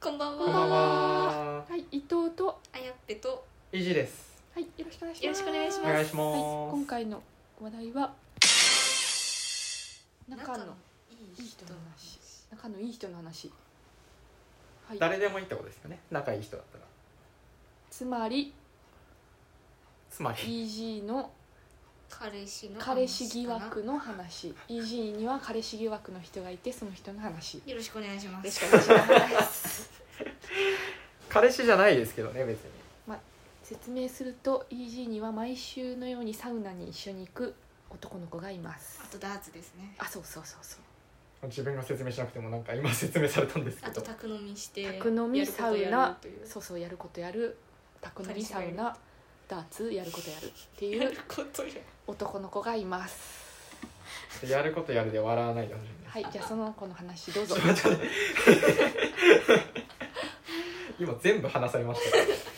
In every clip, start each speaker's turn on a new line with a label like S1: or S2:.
S1: こんばん
S2: こんばん
S1: は。
S2: は。
S3: はい、伊藤と、
S1: あやっぺと。
S2: イジです。
S3: はい、よろしくお願いします。
S1: よろしくお願いしま
S2: お
S1: す
S2: 願いし
S3: はい、
S2: ます。
S3: 今回の話題は。仲の、
S1: い
S3: いい人の話。仲のいい人の話。はい、
S2: 誰でもいいってことですよね。仲いい人だったら。
S3: つまり、
S2: つまり。
S3: イージーの
S1: 彼氏の話かな
S3: 彼氏疑。惑の話。イージーには彼氏疑惑の人がいて、その人 の話。よ
S1: よろしくお願いしま
S3: ろし
S1: す。
S3: くお願いします。
S2: 彼氏じゃないですけどね、別に。
S3: 説明すると、イージーには毎週のようにサウナに一緒に行く男の子がいます
S1: あ。とダーツですね。
S3: あ、そうそうそうそう。
S2: 自分が説明しなくても、なんか今説明されたんですけ
S1: あと
S2: ど。
S1: 宅飲みして。
S3: 宅飲み
S1: やることやる
S3: サウナ
S1: という
S3: そうそうやることやる宅飲みサウ
S1: 彼氏が
S3: ナダーツやることやるって い
S1: や
S3: う
S1: ることやる。
S3: 男の子がいます
S2: やることやるで笑わないでほしいね。
S3: はいじゃあその子の話どう
S2: ちょ
S3: ぞ
S2: っと 待って。今全部話されましたけど。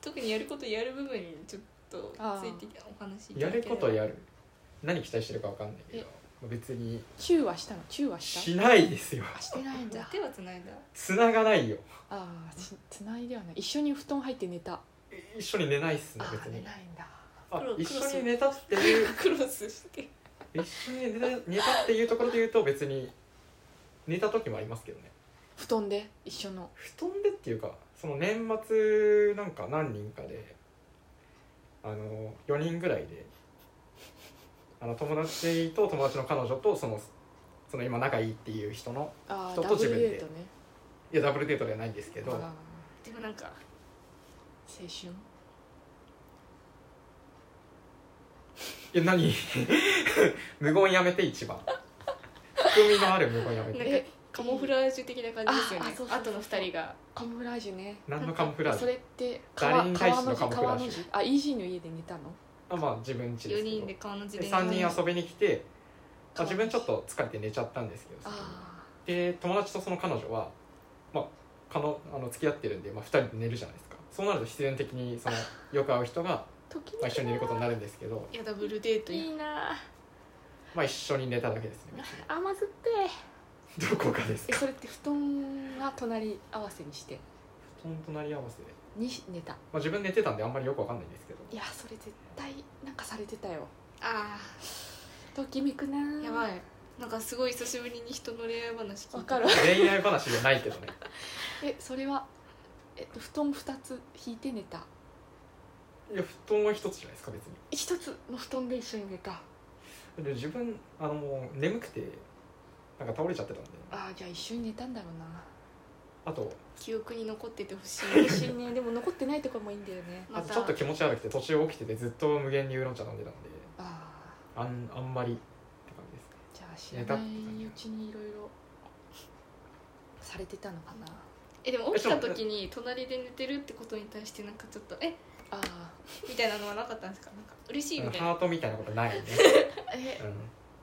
S1: 特にやることやる部分にちょっと
S3: あー
S1: ついてきたお話いた
S2: や
S1: だけ
S2: る
S1: れば。
S2: ことやる。何期待してるかわかんないけど。別に。
S3: チューはしたのチューはした
S2: しないですよ。
S3: あしてないんだ
S1: 手はつないだ。
S2: 繋がないよ。
S3: あーしつないではない一緒に布団入って寝たあ
S2: 一緒に寝ないっすね、
S3: ー
S2: 別
S3: 寝
S2: に。
S3: ないんだ
S2: あ
S1: 黒、
S2: 一
S1: 黒
S2: 緒
S1: す
S2: に寝たっていう。
S1: クロスして。
S2: 一緒に寝た寝たっていうところで言うと別に寝た時もありますけどね
S3: 布団で一緒の
S2: 布団でっていうかその年末なんか何人かであの4人ぐらいであの友達と友達の彼女とそのその今仲いいっていう人の
S3: あー
S2: 人
S3: ダ
S2: と
S3: ブ
S2: 自
S3: ル
S2: 分
S3: デ
S2: で
S3: ートね
S2: いやダブルデートではないんですけど
S3: あー
S2: 青
S1: でもなんか
S3: 青春
S2: いや何 無言やめて一番含みのある無言や
S1: な
S2: め
S1: ん
S2: て
S1: か
S3: え
S1: カモフラージュ的な感じですよ
S3: あ
S1: ね
S3: あそう。そうそう
S1: あとの二人が。
S3: カモフラージュね
S2: 何のカモフラージ
S3: そ
S2: ュ
S3: れって
S2: 誰
S3: 川
S2: に対し
S3: 川
S2: ての
S3: の字
S2: カモフラ
S3: 川
S2: ージ
S3: の
S2: ュ
S3: 字あイージーの家で寝たの
S2: あまあ自分
S1: 四
S2: 家ですけ
S1: 人
S2: ど
S1: で川の字
S2: で
S1: で。
S2: 3人遊びに来てあ
S3: 川の字
S2: 自分ちょっと疲れて寝ちゃったんですけどその日
S3: あ
S2: で友達とその彼女は、まあ、かのあの付き合ってるんで、まあ、2人で寝るじゃないですかそうなると必然的にそのよく会う人が、
S3: ー時
S2: まあ、
S3: 々
S2: 一緒に寝ることになるんですけど、
S1: いやダブルデートや
S3: いいなあ
S2: まあ、一緒に寝ただけですね
S3: 甘酸っぱい
S2: どこかです
S3: え
S2: か
S3: それって布団が隣合わせにして
S2: 布団隣り合わせで、
S3: に寝た
S2: まあ、自分寝てたんであんまりよくわかんないんですけど
S3: いやそれ絶対なんかされてたよ
S1: あ
S3: ときめくな
S1: あ
S3: ー
S1: やばいなんかすごい久しぶりに人の恋愛話聞いた
S3: わかる
S2: 恋愛話じゃないけどね
S3: えそれは、えっと、布団2つ引いて寝た
S2: いや布団は一つじゃないですか別に
S3: 1つの布団で一緒に寝た
S2: で自分あのもう眠くてなんか倒れちゃってたんで
S3: あーじゃあ一緒に寝たんだろうな
S2: あと
S1: 記憶に残っててほし
S3: 嬉
S1: い
S3: しいねでも残ってないとこもいいんだよね
S2: あ
S1: ま
S2: と
S1: た
S2: ちょっと気持ち悪くて途中起きててずっと無限にウーロン茶飲んでたんで
S3: あ
S2: あんあんまりって感じです
S3: ーじゃあ知らないうちにいろいろされてたのかな
S1: えでも起きた時に隣で寝てるってことに対してなんかちょっとえ
S3: ああ
S1: みたいなのはなかったんですかなんか嬉しいみたいな
S2: ハートみたいなことない ね、
S3: え
S2: う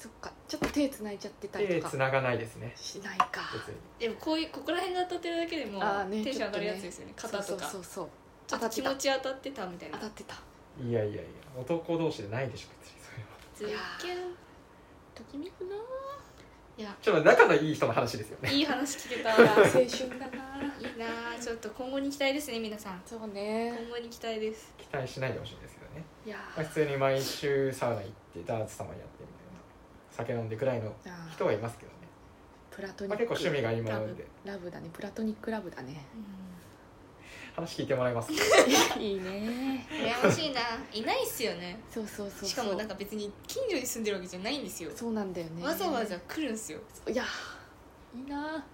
S3: そっかちょっと手繋いじゃってた
S2: ん、
S3: り
S2: 手
S3: とか
S2: 繋がないですね
S3: しないか
S2: 別に
S1: でもこういうここら辺が当たってるだけでも
S3: あーね
S1: テンション上がるやつですよね肩とか
S3: そうそうそう
S1: ちょ
S3: そう
S1: っと気
S3: 当た
S1: 持
S3: って
S1: ち当たってたみたい
S3: た
S1: な
S3: 当たってた
S2: いやいやいや男同士でないでしょ別にそれは
S1: 絶景
S3: ときめくない
S1: や
S2: ちょっと仲のいい人の話ですよね
S1: いい話聞け たい
S3: あ青春だない
S1: なあちょっと今後に期待ですね皆さん
S3: そう
S1: 今
S3: ね
S1: 後に期待です
S2: 期待しないでほしいんですけどね、
S3: いや
S2: まあ、普通に毎週サウナ行ってダーツたまにやってみたいな酒飲んでくらいの
S3: あ
S2: 人はいますけどね、
S3: プラトニ
S2: まあ、
S3: ック
S2: 結構趣味が今
S3: ラ
S2: なの
S3: ブ
S2: で
S3: ラブだねプラトニックラブだね
S1: うん
S2: 話聞いてもらいます
S3: いいね
S1: 羨ましいないないっすよね
S3: そうそうそうそう
S1: しかもなんか別に近所に住んでるわけじゃないんですよ
S3: そうなんだよね
S1: わざわざ来るんすよ
S3: いやいいな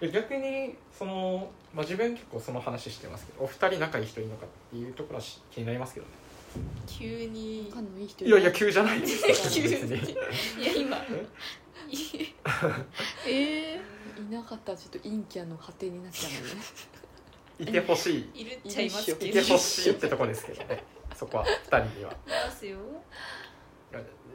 S2: え逆にその、まあ、自分結構その話してますけどお二人仲いい人いるのかっていうところはし気になりますけどね
S1: 急に
S3: 他のいい人
S2: いやいや
S3: る
S2: 急じゃないですよ
S1: 急に
S2: 別 に
S1: いや今え
S3: いなかったらちょっと陰キャの果てになっちゃうよね
S2: いてほしい
S1: ー、いるっちゃいますけ
S2: い
S1: ど
S2: てほしいってとこですけどねそこは2人にはい
S1: ますよ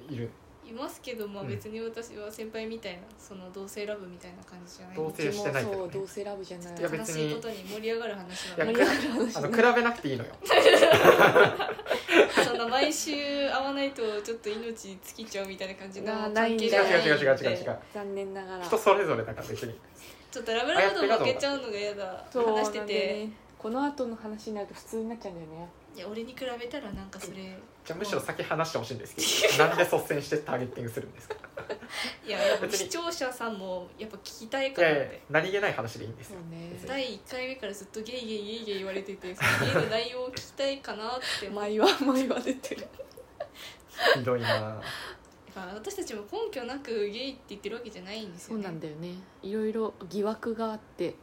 S2: いる
S1: いますけどまあ
S2: うん
S1: 別に私は先輩みたいなその同性ラブみたいな感じじゃない
S2: 同性してないけどね
S3: うちもそう同性ラブじゃない
S2: い
S1: 悲
S2: や別
S1: し
S2: に
S1: いことに盛り上がる話
S2: い
S1: な
S2: や
S1: の
S3: 盛
S1: で
S3: り上がる話
S2: あの比べなくていいのよ
S1: その毎週会わないとちょっと命尽きちゃうみたいな感じの
S3: な
S1: 関係
S2: 違う
S1: じゃ
S3: ないんだ
S1: ない
S2: 違う違う違う違
S1: んで
S2: う
S3: 残念ながら
S2: 人それぞれだから別に
S1: ちょっとラブラブド負けちゃうのが嫌だ
S3: そう
S1: 話して
S3: なんだよ
S1: て、
S3: ね、この後の話になると普通になっちゃうんだよね
S1: いや俺に比べたらなんかそれい
S2: じゃあむしろ先話してほしいんですけどなんで率先してターゲッティングするんですか
S1: ややっぱ
S2: 別に
S1: 視聴者さんもやっぱ聞きたい
S2: い
S1: か
S2: や
S1: ら
S2: い
S1: っ
S2: や
S1: て
S2: 何気ない話でいいんです
S3: そ
S2: よ
S3: うね
S2: 別に
S1: 第1回目からずっとゲイゲイゲイゲイ言われててそのゲイの内容を聞きたいかなって思う
S3: 毎話毎話出てる
S2: ひどいな
S1: やっぱ私たちも根拠なくゲイって言ってるわけじゃないんです
S3: そ
S1: よ
S3: う
S1: ね
S3: なんだよねいろいろ疑惑があって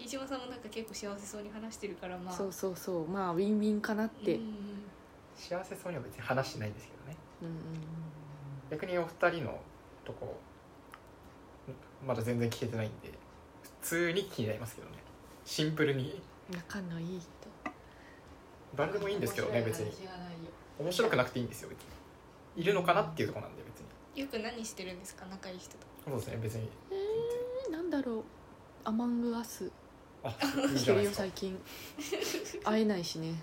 S1: 飯島さんもなんか結構幸せそうに話してるからまあ
S3: そうそうそうまあウィンウィンかなって、う
S1: うん
S3: ん
S2: 幸せそうには別に話してないんですけどね
S3: うん
S2: 逆にお二人のとこまだ全然聞けてないんで普通に気になりますけどねシンプルに
S3: うん、仲のいい人
S2: 誰でもいいんですけどね別に面白くなくていいんですよ別にいるのかなっていうとこなんで別に
S1: よく何してるんですか仲いい人と
S2: そうですね別に
S3: えー、なんだろうアマングアス
S2: あい
S3: し
S2: いじ
S3: て
S2: ゃな
S3: る
S2: い
S3: よ
S2: ですか
S3: 最近会えないしね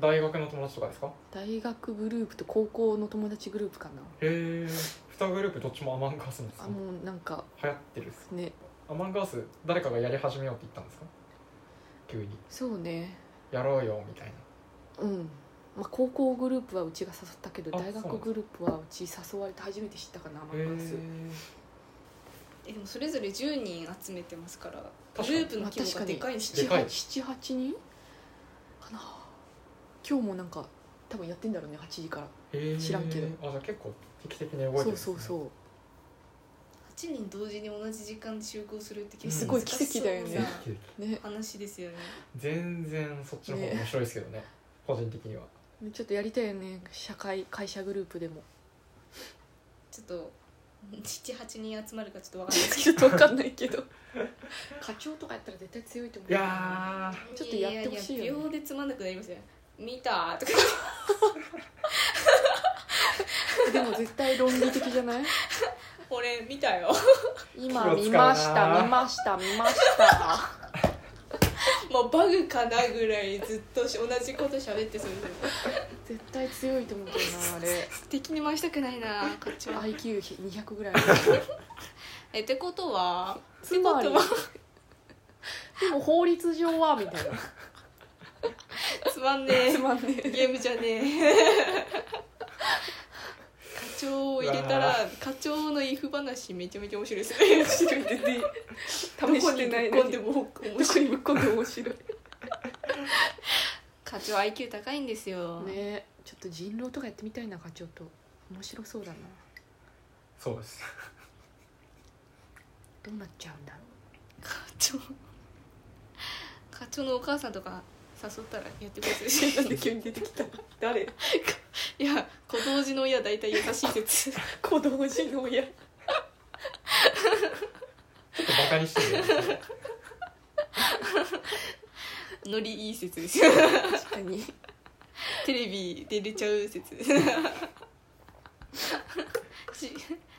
S2: 大学の友達とかですか
S3: 大学グループと高校の友達グループかな
S2: へえ2グループどっちもアマンガースなんです
S3: あ
S2: ね
S3: もうなんか
S2: 流行ってるっす
S3: ね
S2: アマンガース誰かがやり始めようって言ったんですか急に
S3: そうね
S2: やろうよみたいな
S3: うん、まあ、高校グループはうちが誘ったけど
S2: あ
S3: 大
S2: そうな
S3: 学
S2: んだ
S3: グループはうち誘われて初めて知ったかなアマングアス
S1: えでもそれぞれ10人集めてますからグ
S2: 確
S1: ル
S2: かに
S1: ープの規模がでかいんです
S2: でかい
S3: 78人かな今日もなんか多分やってんだろうね8時から、
S2: へえ
S3: 知らんけど
S2: あじゃあ結構定期的に動いてるん
S3: そう
S2: です、
S3: そ
S2: ね、
S3: うそう
S1: 8人同時に同じ時間で集合するって
S2: うん
S1: 結
S2: す
S1: 構
S2: ご
S1: 難
S2: い
S1: しそ
S3: 奇
S1: う
S3: 跡だよね
S1: な
S2: 定期的
S3: ね
S1: 話ですよね
S2: 全然そっちの方が面白いですけどね個人的には
S3: ちょっとやりたいよね社会会社グループでも
S1: ちょっと78人集まるかちょっとわかんないです
S3: ちょっと分かんないけ ど課長とかやったら絶対強いと思う
S2: いや
S1: けど
S3: ちょっとやってほしいよね
S1: やや秒でつまんなくなりますよね見たとか
S3: でも絶対論理的じゃない
S1: 俺見たよ
S3: 今見ました見ました見ました
S1: もうバグかなぐらいずっとし同じこと喋ってそうですよ
S3: 絶対強いと思うけどなあれ
S1: 敵に回したくないなこっち
S3: IQ200 ぐらい
S1: えってことは
S3: つまり
S1: ってこ
S3: でも法律上はみたいな
S1: とはつまんねえ
S3: つまんねえ
S1: ゲームじゃねえ課長を入れた
S2: う
S1: ら
S2: わ
S1: 課長のイフ話めちゃめちゃ面白いですね
S3: 白い全然試してない
S1: どこにぶっ込んでも面
S3: ど
S1: 白
S3: こ
S1: い
S3: にぶっ込んでも面白い
S1: 課長 IQ 高いんですよ、
S3: ねちょっと人狼とかやってみたいな課長と面白そうだな
S2: ーそうです
S3: どうなっちゃうんだろ
S1: 課長課長のお母さんとか誘ったらやってくれし
S3: う急に出てきた誰
S1: いや小童子の親大体優しい説
S3: 子供児の親
S2: ちょっとバカにしてるよね
S1: ノリいい説 ですよ
S3: 確かに
S1: テレビで出ちゃう 説し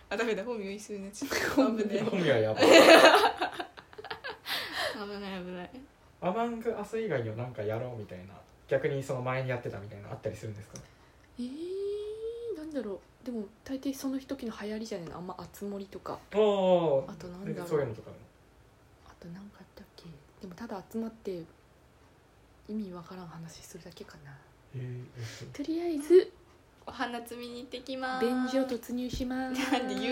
S1: あダメだ本名言いそうになっちゃった
S3: 本名
S1: 危ない
S2: 本名はやばい
S1: 危ない危ない
S2: アマングアス以外にはなんかやろうみたいな逆にその前にやってたみたいなのあったりするんですか
S3: えー、なんだろうでも大抵その時の流行りじゃないのあんま熱盛とか
S2: あ
S3: あ
S2: あ
S3: となんだろう
S2: そういうのとかも
S3: あと何かあったっけでもただ集まって意味わからん話するだけかな
S2: へえ
S3: とりあえず
S1: お花摘みに行ってきます
S3: 便所突入します
S1: なんで言う